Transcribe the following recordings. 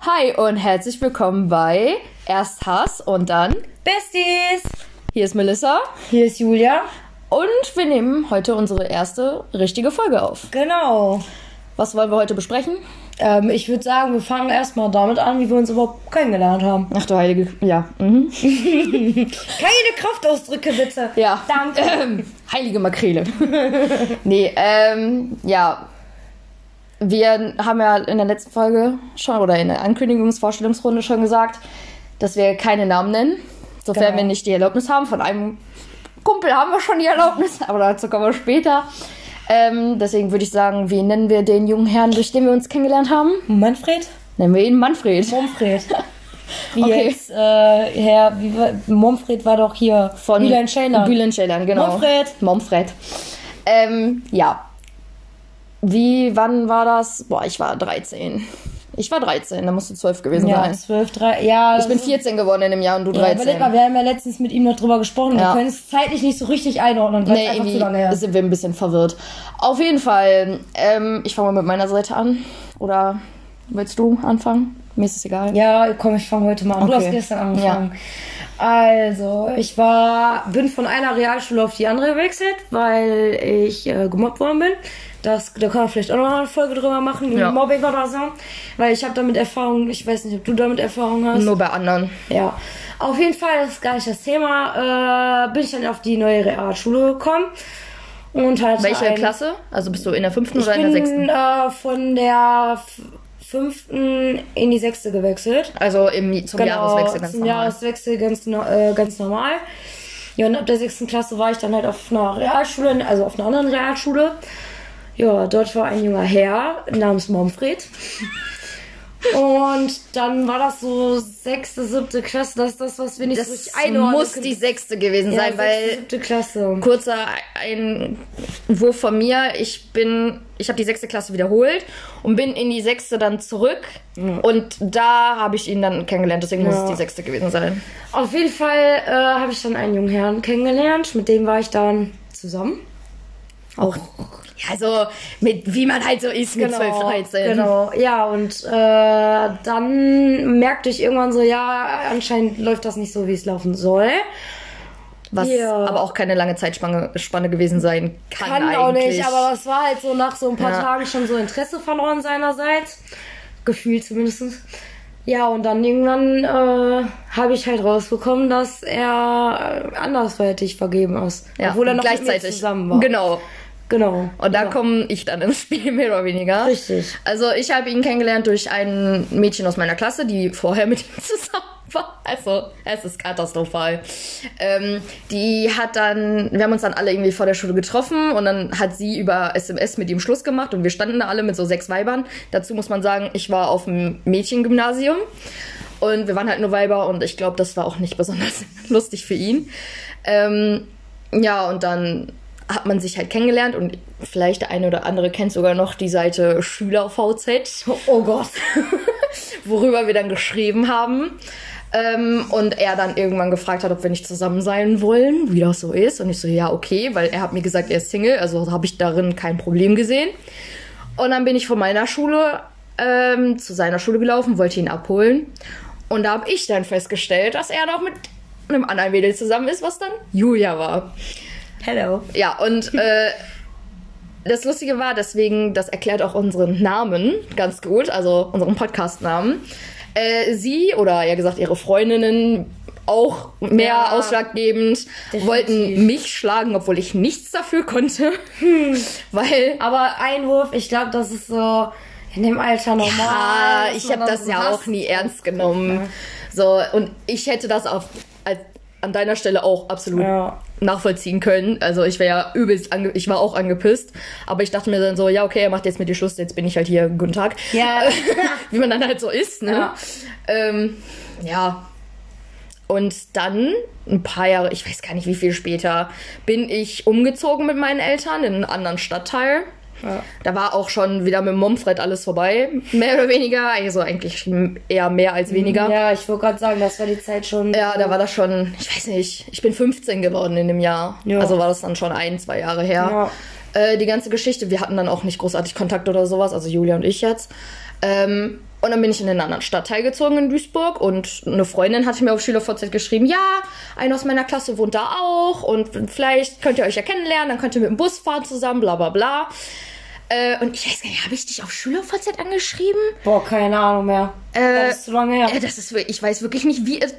Hi und herzlich willkommen bei Erst Hass und dann. Besties! Hier ist Melissa Hier ist Julia. und wir nehmen heute unsere erste richtige Folge auf. Genau. Was wollen wir heute besprechen? Ähm, ich würde sagen, wir fangen erstmal damit an, wie wir uns überhaupt kennengelernt haben. Ach du heilige. Ja. Mhm. Keine Kraftausdrücke, bitte. Ja. Danke. Ähm, heilige Makrele. nee, ähm, ja. Wir haben ja in der letzten Folge schon oder in der Ankündigungsvorstellungsrunde schon gesagt, dass wir keine Namen nennen, sofern Genau. wir nicht die Erlaubnis haben. Von einem Kumpel haben wir schon die Erlaubnis, aber dazu kommen wir später. Ähm, deswegen würde ich sagen, wie nennen wir den jungen Herrn, durch den wir uns kennengelernt haben? Manfred? Nennen wir ihn Manfred. Momfred. Wie Okay. jetzt, äh, Herr, wie war, Momfred war doch hier. Von Milan Schäler. Bülent Ceylan, genau. Momfred. Momfred. Ähm, ja. Wie, wann war das? Boah, ich war 13. Ich war 13, da musst du 12 gewesen Ja, sein. 12, 3, ja. Ich bin 14 geworden in dem Jahr und du Ja, überleg 13. mal, wir haben ja letztens mit ihm noch drüber gesprochen. Ja. Wir können es zeitlich nicht so richtig einordnen, weil nee, es einfach zu lange her irgendwie ist. sind wir ein bisschen verwirrt. Auf jeden Fall, ähm, ich fange mal mit meiner Seite an. Oder willst du anfangen? Mir ist es egal. Ja, komm, ich fange heute mal an. Du Okay. hast gestern angefangen. Also, ich war, bin von einer Realschule auf die andere gewechselt, weil ich äh, gemobbt worden bin. Das, da kann man vielleicht auch noch mal eine Folge drüber machen, über Ja. Mobbing oder so. Weil ich habe damit Erfahrung, ich weiß nicht, ob du damit Erfahrung hast. Nur bei anderen. Ja, auf jeden Fall, das ist gar nicht das Thema, äh, bin ich dann auf die neue Realschule gekommen. Und hatte Welche ein- Klasse? Also bist du in der fünften Ich oder in der sechsten? bin äh, von der f- fünften in die sechste gewechselt. Also im, zum Jahreswechsel ganz genau, zum normal. Jahreswechsel ganz, no- äh, ganz normal. Ja, und ab der sechsten Klasse war ich dann halt auf einer Realschule, also auf einer anderen Realschule. Ja, dort war ein junger Herr namens Momfred. Und dann war das so sechste, siebte Klasse, das ist das, was wir nicht so Das richtig einordnen muss können. die sechste gewesen ja, sein, sechste, weil siebte Klasse. kurzer Einwurf von mir. Ich bin, ich habe die sechste Klasse wiederholt und bin in die sechste dann zurück und da habe ich ihn dann kennengelernt. Deswegen muss Ja. es die sechste gewesen sein. Auf jeden Fall äh, habe ich dann einen jungen Herrn kennengelernt, mit dem war ich dann zusammen. Auch Ja, so mit wie man halt so ist mit 12, 13. Genau, ja, und äh, dann merkte ich irgendwann so, ja, anscheinend läuft das nicht so, wie es laufen soll. Was Ja. aber auch keine lange Zeitspanne Spanne gewesen sein kann, Kann auch eigentlich. nicht, aber das war halt so nach so ein paar Ja. Tagen schon so Interesse verloren seinerseits. Gefühlt zumindest. Ja, und dann irgendwann äh, habe ich halt rausbekommen, dass er andersweitig vergeben ist. ja, obwohl er noch mit mir gleichzeitig zusammen war. Genau. Genau. Und da ja. komme ich dann ins Spiel, mehr oder weniger. Richtig. Also ich habe ihn kennengelernt durch ein Mädchen aus meiner Klasse, die vorher mit ihm zusammen war. Also es ist katastrophal. Ähm, die hat dann, wir haben uns dann alle irgendwie vor der Schule getroffen und dann hat sie über SMS mit ihm Schluss gemacht und wir standen da alle mit so sechs Weibern. Dazu muss man sagen, ich war auf dem Mädchengymnasium und wir waren halt nur Weiber und ich glaube, das war auch nicht besonders lustig für ihn. Ähm, ja, und dann hat man sich halt kennengelernt und vielleicht der eine oder andere kennt sogar noch die Seite SchülerVZ, Oh, oh Gott. worüber wir dann geschrieben haben. Ähm, und er dann irgendwann gefragt hat, ob wir nicht zusammen sein wollen, wie das so ist. Und ich so, ja, okay, weil er hat mir gesagt, er ist Single, also habe ich darin kein Problem gesehen. Und dann bin ich von meiner Schule ähm, zu seiner Schule gelaufen, wollte ihn abholen. Und da habe ich dann festgestellt, dass er noch mit einem anderen Mädel zusammen ist, was dann Julia war. Hello. Ja, und äh, das Lustige war deswegen, das erklärt auch unseren Namen ganz gut, also unseren Podcast-Namen. Äh, sie oder ja gesagt ihre Freundinnen auch mehr Ja. ausschlaggebend Definitiv. Hm. wollten mich schlagen, obwohl ich nichts dafür konnte, weil Aber Einwurf, ich glaube, das ist so in dem Alter normal. ah, dass ich man habe das so ja hasst. auch nie ernst genommen. So und ich hätte das auf als, an deiner Stelle auch absolut Ja. nachvollziehen können. Also ich wäre ja übelst, ange ich war auch angepisst, aber ich dachte mir dann so, ja okay, er macht jetzt mit dir Schluss, jetzt bin ich halt hier, guten Tag. Ja. Wie man dann halt so ist, ne? Ja. Ja. Ähm, ja. Und dann, ein paar Jahre, ich weiß gar nicht wie viel später, bin ich umgezogen mit meinen Eltern in einen anderen Stadtteil. Ja. Da war auch schon wieder mit Momfred alles vorbei, mehr oder weniger. Also eigentlich eher mehr als weniger. Ja, ich wollte gerade sagen, das war die Zeit schon. Ja, da war das schon, ich weiß nicht, ich bin 15 geworden in dem Jahr. Ja. Also war das dann schon ein, zwei Jahre her. Äh, die ganze Geschichte, wir hatten dann auch nicht großartig Kontakt oder sowas, also Julia und ich jetzt. Ähm, Und dann bin ich in einen anderen Stadtteil gezogen in Duisburg und eine Freundin hatte mir auf SchülerVZ geschrieben, ja, einer aus meiner Klasse wohnt da auch und vielleicht könnt ihr euch ja kennenlernen, dann könnt ihr mit dem Bus fahren zusammen, bla bla bla. Äh, und ich weiß gar nicht, habe ich dich auf SchülerVZ angeschrieben? Boah, keine Ahnung mehr. Äh, das ist zu lange her. Äh, Das ist, wir- ich weiß wirklich nicht, wie es.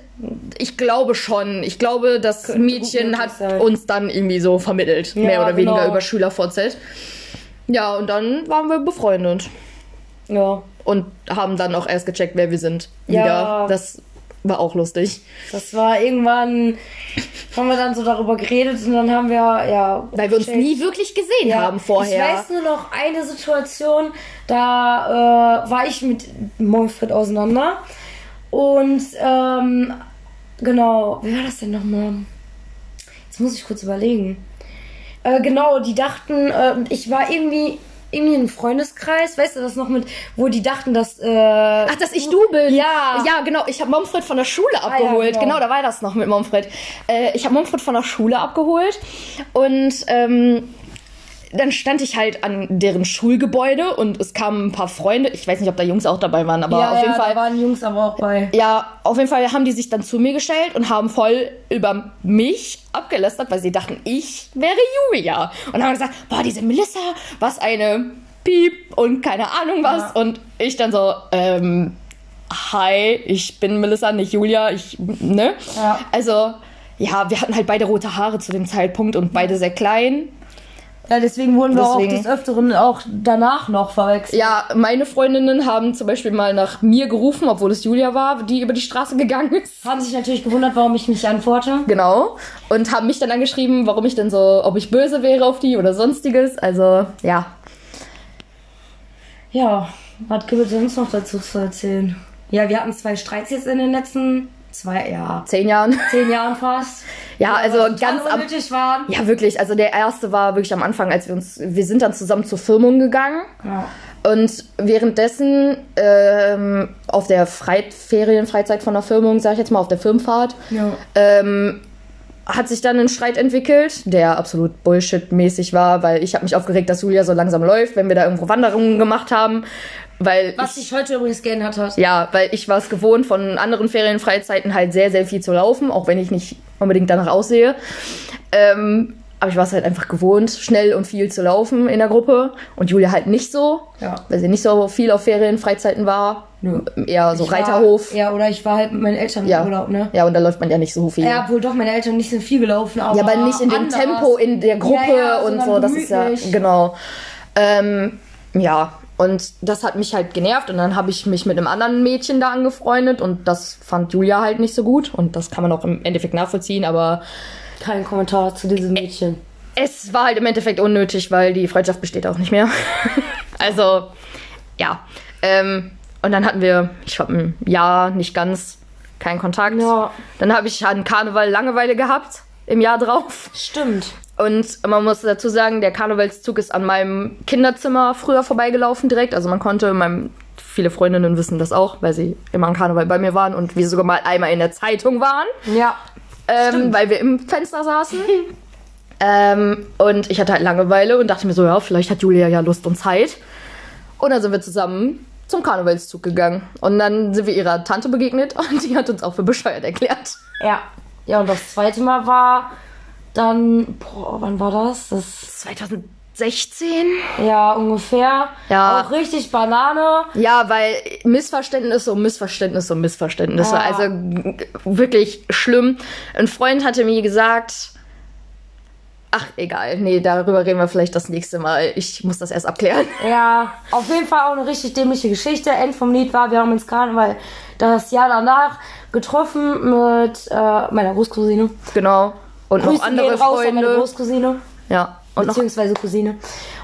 Ich glaube schon. Ich glaube, das Mädchen gut hat möglich sein. uns dann irgendwie so vermittelt. Ja, mehr oder weniger genau. über SchülerVZ. Ja, und dann waren wir befreundet. äh, ja, Und haben dann auch erst gecheckt, wer wir sind. Ja. Wieder. Das war auch lustig. das war irgendwann, haben wir dann so darüber geredet und dann haben wir, ja. Weil wir uns gecheckt. nie wirklich gesehen haben vorher. Ich weiß nur noch eine Situation, da äh, war ich mit Manfred auseinander und ähm, genau, wie war das denn nochmal? Jetzt muss ich kurz überlegen. Äh, genau, die dachten, äh, und ich war irgendwie irgendwie in einem Freundeskreis, weißt du das noch mit, wo die dachten, dass äh, Ach, dass ich du bin. Ja. Ja, genau. Ich habe Momfred von der Schule ja, abgeholt. genau. genau. da war das noch mit Momfred. Äh, ich habe Momfred von der Schule abgeholt und ähm, dann stand ich halt an deren Schulgebäude und es kamen ein paar Freunde. Ich weiß nicht, ob da Jungs auch dabei waren, aber ja, auf jeden ja, Fall. da waren Jungs aber auch bei. Ja, auf jeden Fall haben die sich dann zu mir gestellt und haben voll über mich abgelästert, weil sie dachten, ich wäre Julia. Und haben gesagt, boah, diese Melissa, was eine Piep und keine Ahnung was. Und ich dann so, ähm, hi, ich bin Melissa, nicht Julia, ich, ne? Ja. Also, ja, wir hatten halt beide rote Haare zu dem Zeitpunkt und beide sehr klein. Ja, deswegen wurden wir Deswegen. auch des Öfteren auch danach noch verwechselt. Ja, meine Freundinnen haben zum Beispiel mal nach mir gerufen, obwohl es Julia war, die über die Straße gegangen ist. Haben sich natürlich gewundert, warum ich nicht antworte. Genau. Und haben mich dann angeschrieben, warum ich denn so, ob ich böse wäre auf die oder sonstiges. Also, ja. Ja, was gibt es sonst noch dazu zu erzählen? Ja, wir hatten zwei Streits jetzt in den letzten zwei, ja, Zehn Jahren. zehn Jahren fast. Ja, also total ganz am- unnötig waren. Ja, wirklich. Also der erste war wirklich am Anfang, als wir uns, wir sind dann zusammen zur Firmung gegangen. Ja. Und währenddessen ähm, auf der Freit Ferienfreizeit von der Firmung, sag ich jetzt mal, auf der Firmenfahrt, Ja. ähm, hat sich dann ein Streit entwickelt, der absolut Bullshit-mäßig war, weil ich habe mich aufgeregt, dass Julia so langsam läuft, wenn wir da irgendwo Wanderungen gemacht haben. Weil Was sich heute übrigens geändert hat. Ja, weil ich war es gewohnt, von anderen Ferienfreizeiten halt sehr, sehr viel zu laufen, auch wenn ich nicht unbedingt danach aussehe. Ähm, aber ich war es halt einfach gewohnt, schnell und viel zu laufen in der Gruppe. Und Julia halt nicht so, Ja. weil sie nicht so viel auf Ferienfreizeiten war. Nö. Eher so Ich Reiterhof. War, ja, oder ich war halt mit meinen Eltern im Urlaub, ne? ja, und da läuft man ja nicht so viel. Ja, obwohl doch meine Eltern nicht sind viel gelaufen, aber. Ja, aber nicht in dem anders. Tempo, in der Gruppe Ja, ja, und sondern so. Das ist ja, gemütlich. genau. Ähm, ja, und das hat mich halt genervt. Und dann habe ich mich mit einem anderen Mädchen da angefreundet. Und das fand Julia halt nicht so gut. Und das kann man auch im Endeffekt nachvollziehen. Aber Kein Kommentar zu diesem Mädchen. es war halt im Endeffekt unnötig, weil die Freundschaft besteht auch nicht mehr. also, ja. Ähm, und dann hatten wir, ich glaube, ein Jahr nicht ganz, keinen Kontakt. Ja. Dann habe ich an Karneval Langeweile gehabt im Jahr drauf. Stimmt. Und man muss dazu sagen, der Karnevalszug ist an meinem Kinderzimmer früher vorbeigelaufen direkt. Also man konnte, mein, viele Freundinnen wissen das auch, weil sie immer an Karneval bei mir waren und wir sogar mal einmal in der Zeitung waren, Ja. ähm, weil wir im Fenster saßen. ähm, und ich hatte halt Langeweile und dachte mir so, ja, vielleicht hat Julia ja Lust und Zeit. Und dann sind wir zusammen zum Karnevalszug gegangen. Und dann sind wir ihrer Tante begegnet und die hat uns auch für bescheuert erklärt. Ja. Ja, und das zweite Mal war dann, boah, wann war das? Das 2016? Ja, ungefähr. Ja. Auch richtig Banane. Ja, weil Missverständnisse um Missverständnisse um Missverständnisse. Ja. Also g- wirklich schlimm. Ein Freund hatte mir gesagt, ach egal, nee, darüber reden wir vielleicht das nächste Mal. Ich muss das erst abklären. Ja, auf jeden Fall auch eine richtig dämliche Geschichte. End vom Lied war, wir haben uns gerade weil das Jahr danach getroffen mit äh, meiner Großcousine. Genau. Und noch Grüße andere gehen raus an meine Freunde. Großcousine. Ja. Und noch Beziehungsweise Cousine.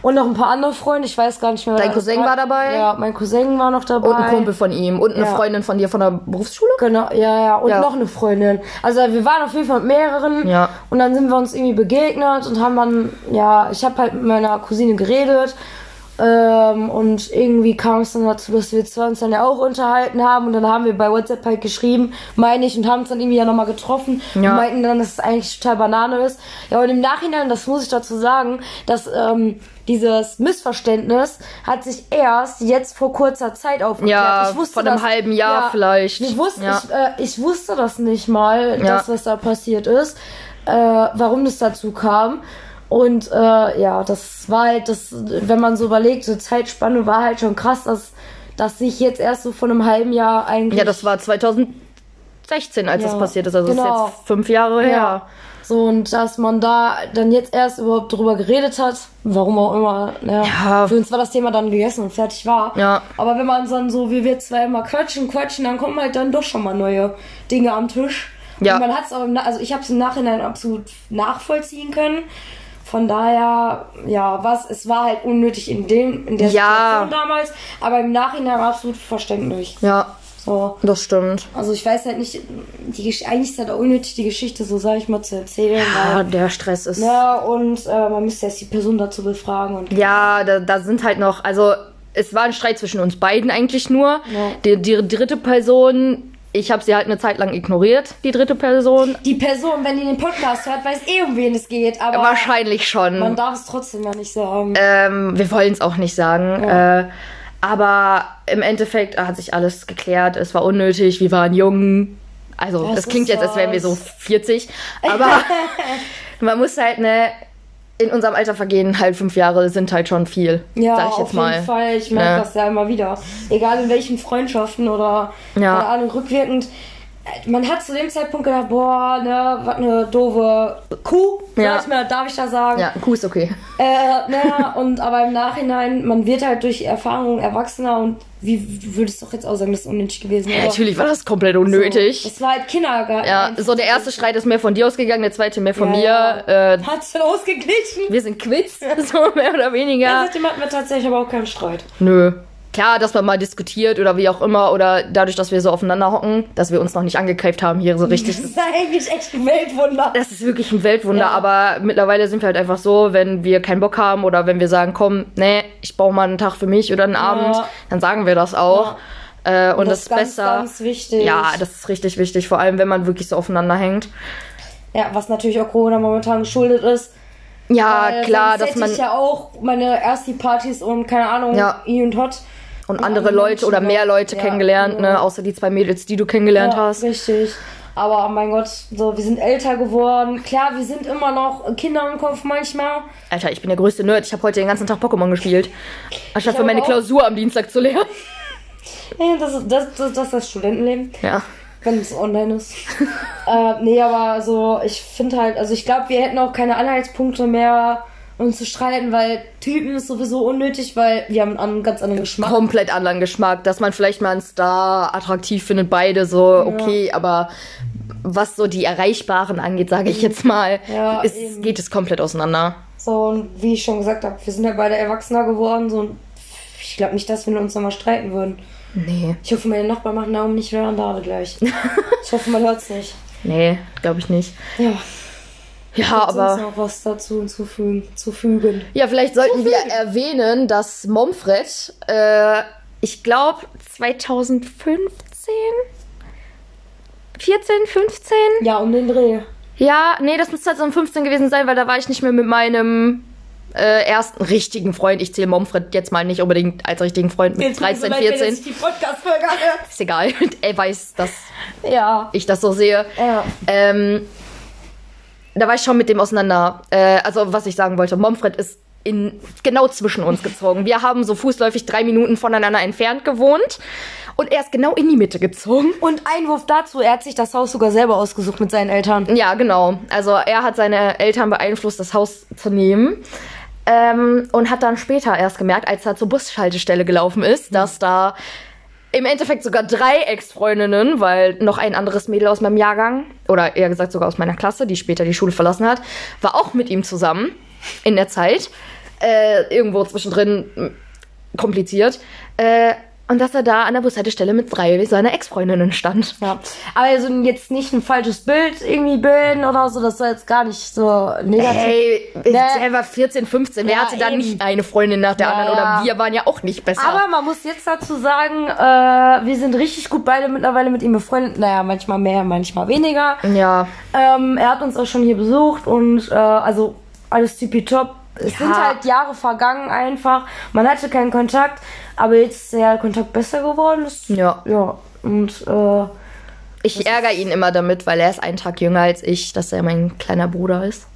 Und noch ein paar andere Freunde, ich weiß gar nicht mehr. wer Dein alles Cousin war dabei? Ja, mein Cousin war noch dabei. und ein Kumpel von ihm und eine Ja. Freundin von dir von der Berufsschule. Genau, ja, ja. Und Ja. noch eine Freundin. Also wir waren auf jeden Fall mit mehreren. Ja. Und dann sind wir uns irgendwie begegnet und haben dann, ja, ich habe halt mit meiner Cousine geredet. Ähm, und irgendwie kam es dann dazu, dass wir zwei uns dann ja auch unterhalten haben und dann haben wir bei WhatsApp halt geschrieben, meine ich, und haben uns dann irgendwie ja nochmal getroffen Ja. und meinten dann, dass es eigentlich total Banane ist. Ja, und im Nachhinein, das muss ich dazu sagen, dass ähm, dieses Missverständnis hat sich erst jetzt vor kurzer Zeit aufgeklärt. Ja, ich wusste vor einem das, halben Jahr vielleicht. Ich wusste, Ja. ich, äh, ich wusste das nicht mal, Ja. das, was da passiert ist, äh, warum das dazu kam. Und äh, ja, das war halt, das, wenn man so überlegt, so Zeitspanne war halt schon krass, dass, dass sich jetzt erst so vor einem halben Jahr eigentlich. Ja, das war 2016, als Ja, das passiert ist. Also das genau. ist jetzt fünf Jahre her. Ja. So, und dass man da dann jetzt erst überhaupt drüber geredet hat, warum auch immer. Ja. Ja. Für uns war das Thema dann gegessen und fertig war. Ja. Aber wenn man dann so, wie wir zwei immer quatschen, quatschen, dann kommen halt dann doch schon mal neue Dinge am Tisch. Ja. Und man hat's auch im Na- also ich habe es im Nachhinein absolut nachvollziehen können. Von daher, ja, was, es war halt unnötig in dem, in der Ja. Situation damals, aber im Nachhinein absolut verständlich. Ja, So. das stimmt. Also ich weiß halt nicht, die, Gesch- eigentlich ist halt auch unnötig, die Geschichte so, sage ich mal, zu erzählen. Ah, weil- der Stress ist. Ja, Ja, und äh, man müsste jetzt die Person dazu befragen. Und da, da sind halt noch. Also, es war ein Streit zwischen uns beiden eigentlich nur. Ja. Die, die dritte Person, ich habe sie halt eine Zeit lang ignoriert, die dritte Person. die Person, wenn die den Podcast hört, weiß eh, um wen es geht, aber Wahrscheinlich schon. man darf es trotzdem ja nicht sagen. Ähm, wir wollen es auch nicht sagen. Äh, aber im Endeffekt hat sich alles geklärt. Es war unnötig. Wir waren jung. Also, Das es klingt ist jetzt, als wären wir was. so 40. Aber man muss halt, ne, in unserem Alter vergehen halt fünf Jahre sind halt schon viel. ja, sag ich jetzt auf mal. jeden Fall. Ich merke Ja. das ja immer wieder. Egal in welchen Freundschaften oder Ja. keine Ahnung, rückwirkend. äh, Man hat zu dem Zeitpunkt gedacht, boah, ne, was eine doofe Kuh, Ja. sag ich mal, darf ich da sagen. Ja, Kuh ist okay. Äh, naja, und aber im Nachhinein, man wird halt durch Erfahrung erwachsener und wie du würdest doch jetzt auch sagen, das ist unnötig gewesen. Ja, aber natürlich war das komplett so, unnötig. Das war halt Kindergarten. ja, so der erste Streit ist mehr von dir ausgegangen, der zweite mehr von Ja, mir. Äh, Hat's dann ausgeglichen? wir sind quits, so mehr oder weniger. Ja. Seitdem Also, hatten wir tatsächlich aber auch keinen Streit. Nö. Klar, dass man mal diskutiert oder wie auch immer oder dadurch, dass wir so aufeinander hocken, dass wir uns noch nicht angekeift haben hier so richtig. Das ist eigentlich echt ein Weltwunder. Das ist wirklich ein Weltwunder, Mhm. Ja. aber mittlerweile sind wir halt einfach so, wenn wir keinen Bock haben oder wenn wir sagen, komm, nee, ich brauche mal einen Tag für mich oder einen Abend, dann sagen wir das auch. Äh, und, das, ist das ist ganz, besser. ganz wichtig. Ja, das ist richtig wichtig, vor allem wenn man wirklich so aufeinander hängt. Ja, was natürlich auch Corona momentan geschuldet ist. Ja, Weil klar, sonst dass hätte man ich ja auch meine Ersti-Partys und keine Ahnung, Ja. I und Hot. und mit andere anderen Leute oder Menschen, mehr ne? Leute Ja, kennengelernt, ja. ne, außer die zwei Mädels, die du kennengelernt Ja, hast. Richtig. Aber oh mein Gott, so, wir sind älter geworden. Klar, wir sind immer noch Kinder im Kopf manchmal. Alter, ich bin der größte Nerd. Ich habe heute den ganzen Tag Pokémon gespielt. Anstatt Ich für meine auch. Klausur am Dienstag zu lernen. Ja, das, ist, das, das, das ist das Studentenleben, Ja. wenn es online ist. äh, nee, aber so, ich finde halt, also ich glaube, wir hätten auch keine Anhaltspunkte mehr, uns zu streiten, weil Typen ist sowieso unnötig, weil wir haben einen anderen- ganz anderen Geschmack. Komplett anderen Geschmack. Dass man vielleicht mal einen Star attraktiv findet, beide so, okay, aber was so die Erreichbaren angeht, sage ich jetzt mal, Ja, ist, eben. geht es komplett auseinander. So, und wie ich schon gesagt habe, wir sind halt beide erwachsener geworden, so, und ich glaube nicht, dass wir uns nochmal streiten würden. Nee. Ich, Ich hoffe, meine Nachbarn machen Daumen nicht wieder an David gleich. ich hoffe, man hört's nicht. nee, glaube ich nicht. Ja. Ja, Gibt's aber. sonst noch was dazu hinzufügen, zu fügen. Ja, vielleicht sollten wir erwähnen, dass Momfred, äh, ich glaube 2015, 14, 15, Ja, um den Dreh. Ja, nee, das muss 2015 gewesen sein, weil da war ich nicht mehr mit meinem äh, ersten richtigen Freund. Ich zähle Momfred jetzt mal nicht unbedingt als richtigen Freund mit 13, 14. die Podcast-Folge Ist egal. er weiß, dass Ja. ich das so sehe. Ja. Ähm, da war ich schon mit dem auseinander. Äh, also, was ich sagen wollte, Momfred ist in, genau zwischen uns gezogen. Wir haben so fußläufig drei Minuten voneinander entfernt gewohnt. Und er ist genau in die Mitte gezogen. Und Einwurf dazu, er hat sich das Haus sogar selber ausgesucht mit seinen Eltern. Ja, genau. Also er hat seine Eltern beeinflusst, das Haus zu nehmen. Ähm, und hat dann später erst gemerkt, als er zur Busschaltestelle gelaufen ist, dass da im Endeffekt sogar drei Ex-Freundinnen, weil noch ein anderes Mädel aus meinem Jahrgang, oder eher gesagt sogar aus meiner Klasse, die später die Schule verlassen hat, war auch mit ihm zusammen in der Zeit. hm, Äh, irgendwo zwischendrin mh, kompliziert. Äh, Und dass er da an der Bushaltestelle mit drei seiner Ex-Freundinnen stand. Ja. Aber also jetzt nicht ein falsches Bild irgendwie bilden oder so, das soll jetzt gar nicht so negativ. Ey, der war 14, 15. Wer Ne? Ja, hatte da eben. nicht eine Freundin nach der Ja, anderen? ja. Oder wir waren ja auch nicht besser. Aber man muss jetzt dazu sagen, äh, wir sind richtig gut beide mittlerweile mit ihm befreundet. Naja, manchmal mehr, manchmal weniger. ja. Ähm, er hat uns auch schon hier besucht und äh, also alles tippitopp. Es Ja. sind halt Jahre vergangen einfach. Man hatte keinen Kontakt, aber jetzt ist der Kontakt besser geworden. Das, Ja. Ja. Und äh, Ich ärgere ihn immer damit, weil er ist einen Tag jünger als ich, dass er mein kleiner Bruder ist.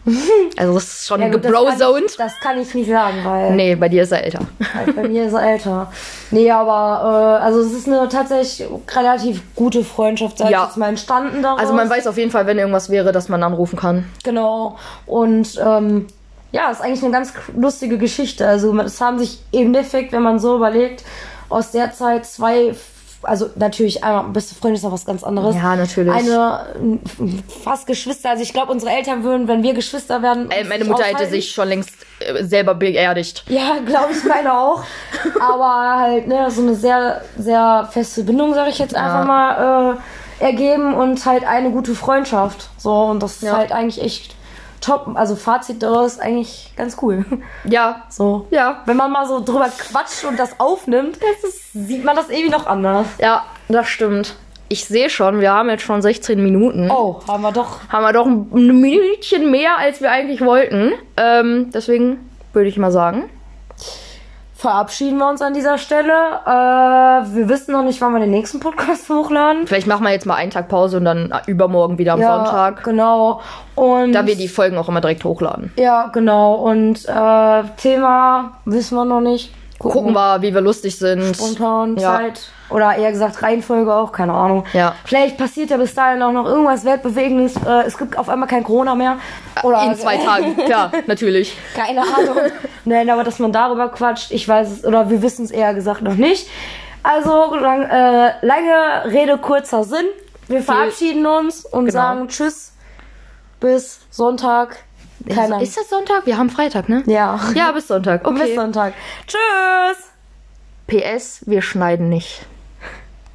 Also das ist schon ja, gut, das kann ich- gebrozoned. Das kann ich nicht sagen, weil Nee, bei dir ist er älter. halt bei mir ist er älter. Nee, aber äh, also es ist eine tatsächlich relativ gute Freundschaft, sag Ja. ich jetzt mal, entstanden daraus. Also man weiß auf jeden Fall, wenn irgendwas wäre, dass man anrufen kann. Genau. Und ähm, ja, ist eigentlich eine ganz k- lustige Geschichte. Also es haben sich im Endeffekt, wenn man so überlegt, aus der Zeit zwei, f- also natürlich einmal beste Freunde ist noch was ganz anderes. Ja, natürlich. Eine m, m, fast Geschwister. Also ich glaube, unsere Eltern würden, wenn wir Geschwister werden, Äh, uns meine nicht Mutter hätte aushalten. sich schon längst äh, selber beerdigt. Ja, glaube ich meine auch. Aber halt, ne, so eine sehr, sehr feste Bindung, sage ich jetzt einfach Ja. mal, äh, ergeben und halt eine gute Freundschaft. So, und das ist Ja. halt eigentlich echt top. Also Fazit daraus eigentlich ganz cool. Ja, So. ja. Wenn man mal so drüber quatscht und das aufnimmt, sieht man das irgendwie noch anders. Ja, das stimmt. Ich sehe schon, wir haben jetzt schon 16 Minuten. Oh, haben wir doch. Haben wir doch ein ein Minütchen mehr, als wir eigentlich wollten. Ähm, deswegen würde ich mal sagen. Verabschieden wir uns an dieser Stelle. Äh, wir wissen noch nicht, wann wir den nächsten Podcast hochladen. Vielleicht machen wir jetzt mal einen Tag Pause und dann äh, übermorgen wieder am Sonntag. Genau. Und Da wir die Folgen auch immer direkt hochladen. Ja, genau. Und äh, Thema wissen wir noch nicht. Gucken wir, wie wir lustig sind. Spontan, Ja. Zeit. Oder eher gesagt Reihenfolge auch, keine Ahnung. Ja. Vielleicht passiert ja bis dahin auch noch irgendwas Weltbewegendes. Äh, es gibt auf einmal kein Corona mehr. Oder Äh, In zwei Tagen, klar, natürlich. Keine Ahnung. Nein, aber dass man darüber quatscht, ich weiß es, oder wir wissen es eher gesagt noch nicht. Also, lang, äh, lange Rede, kurzer Sinn. Wir verabschieden uns und Genau. sagen Tschüss. Bis Sonntag. Keine Ahnung. Ist das Sonntag? Wir haben Freitag, ne? Ja. Ja, bis Sonntag. Okay. Bis Sonntag. Tschüss. PS, wir schneiden nicht.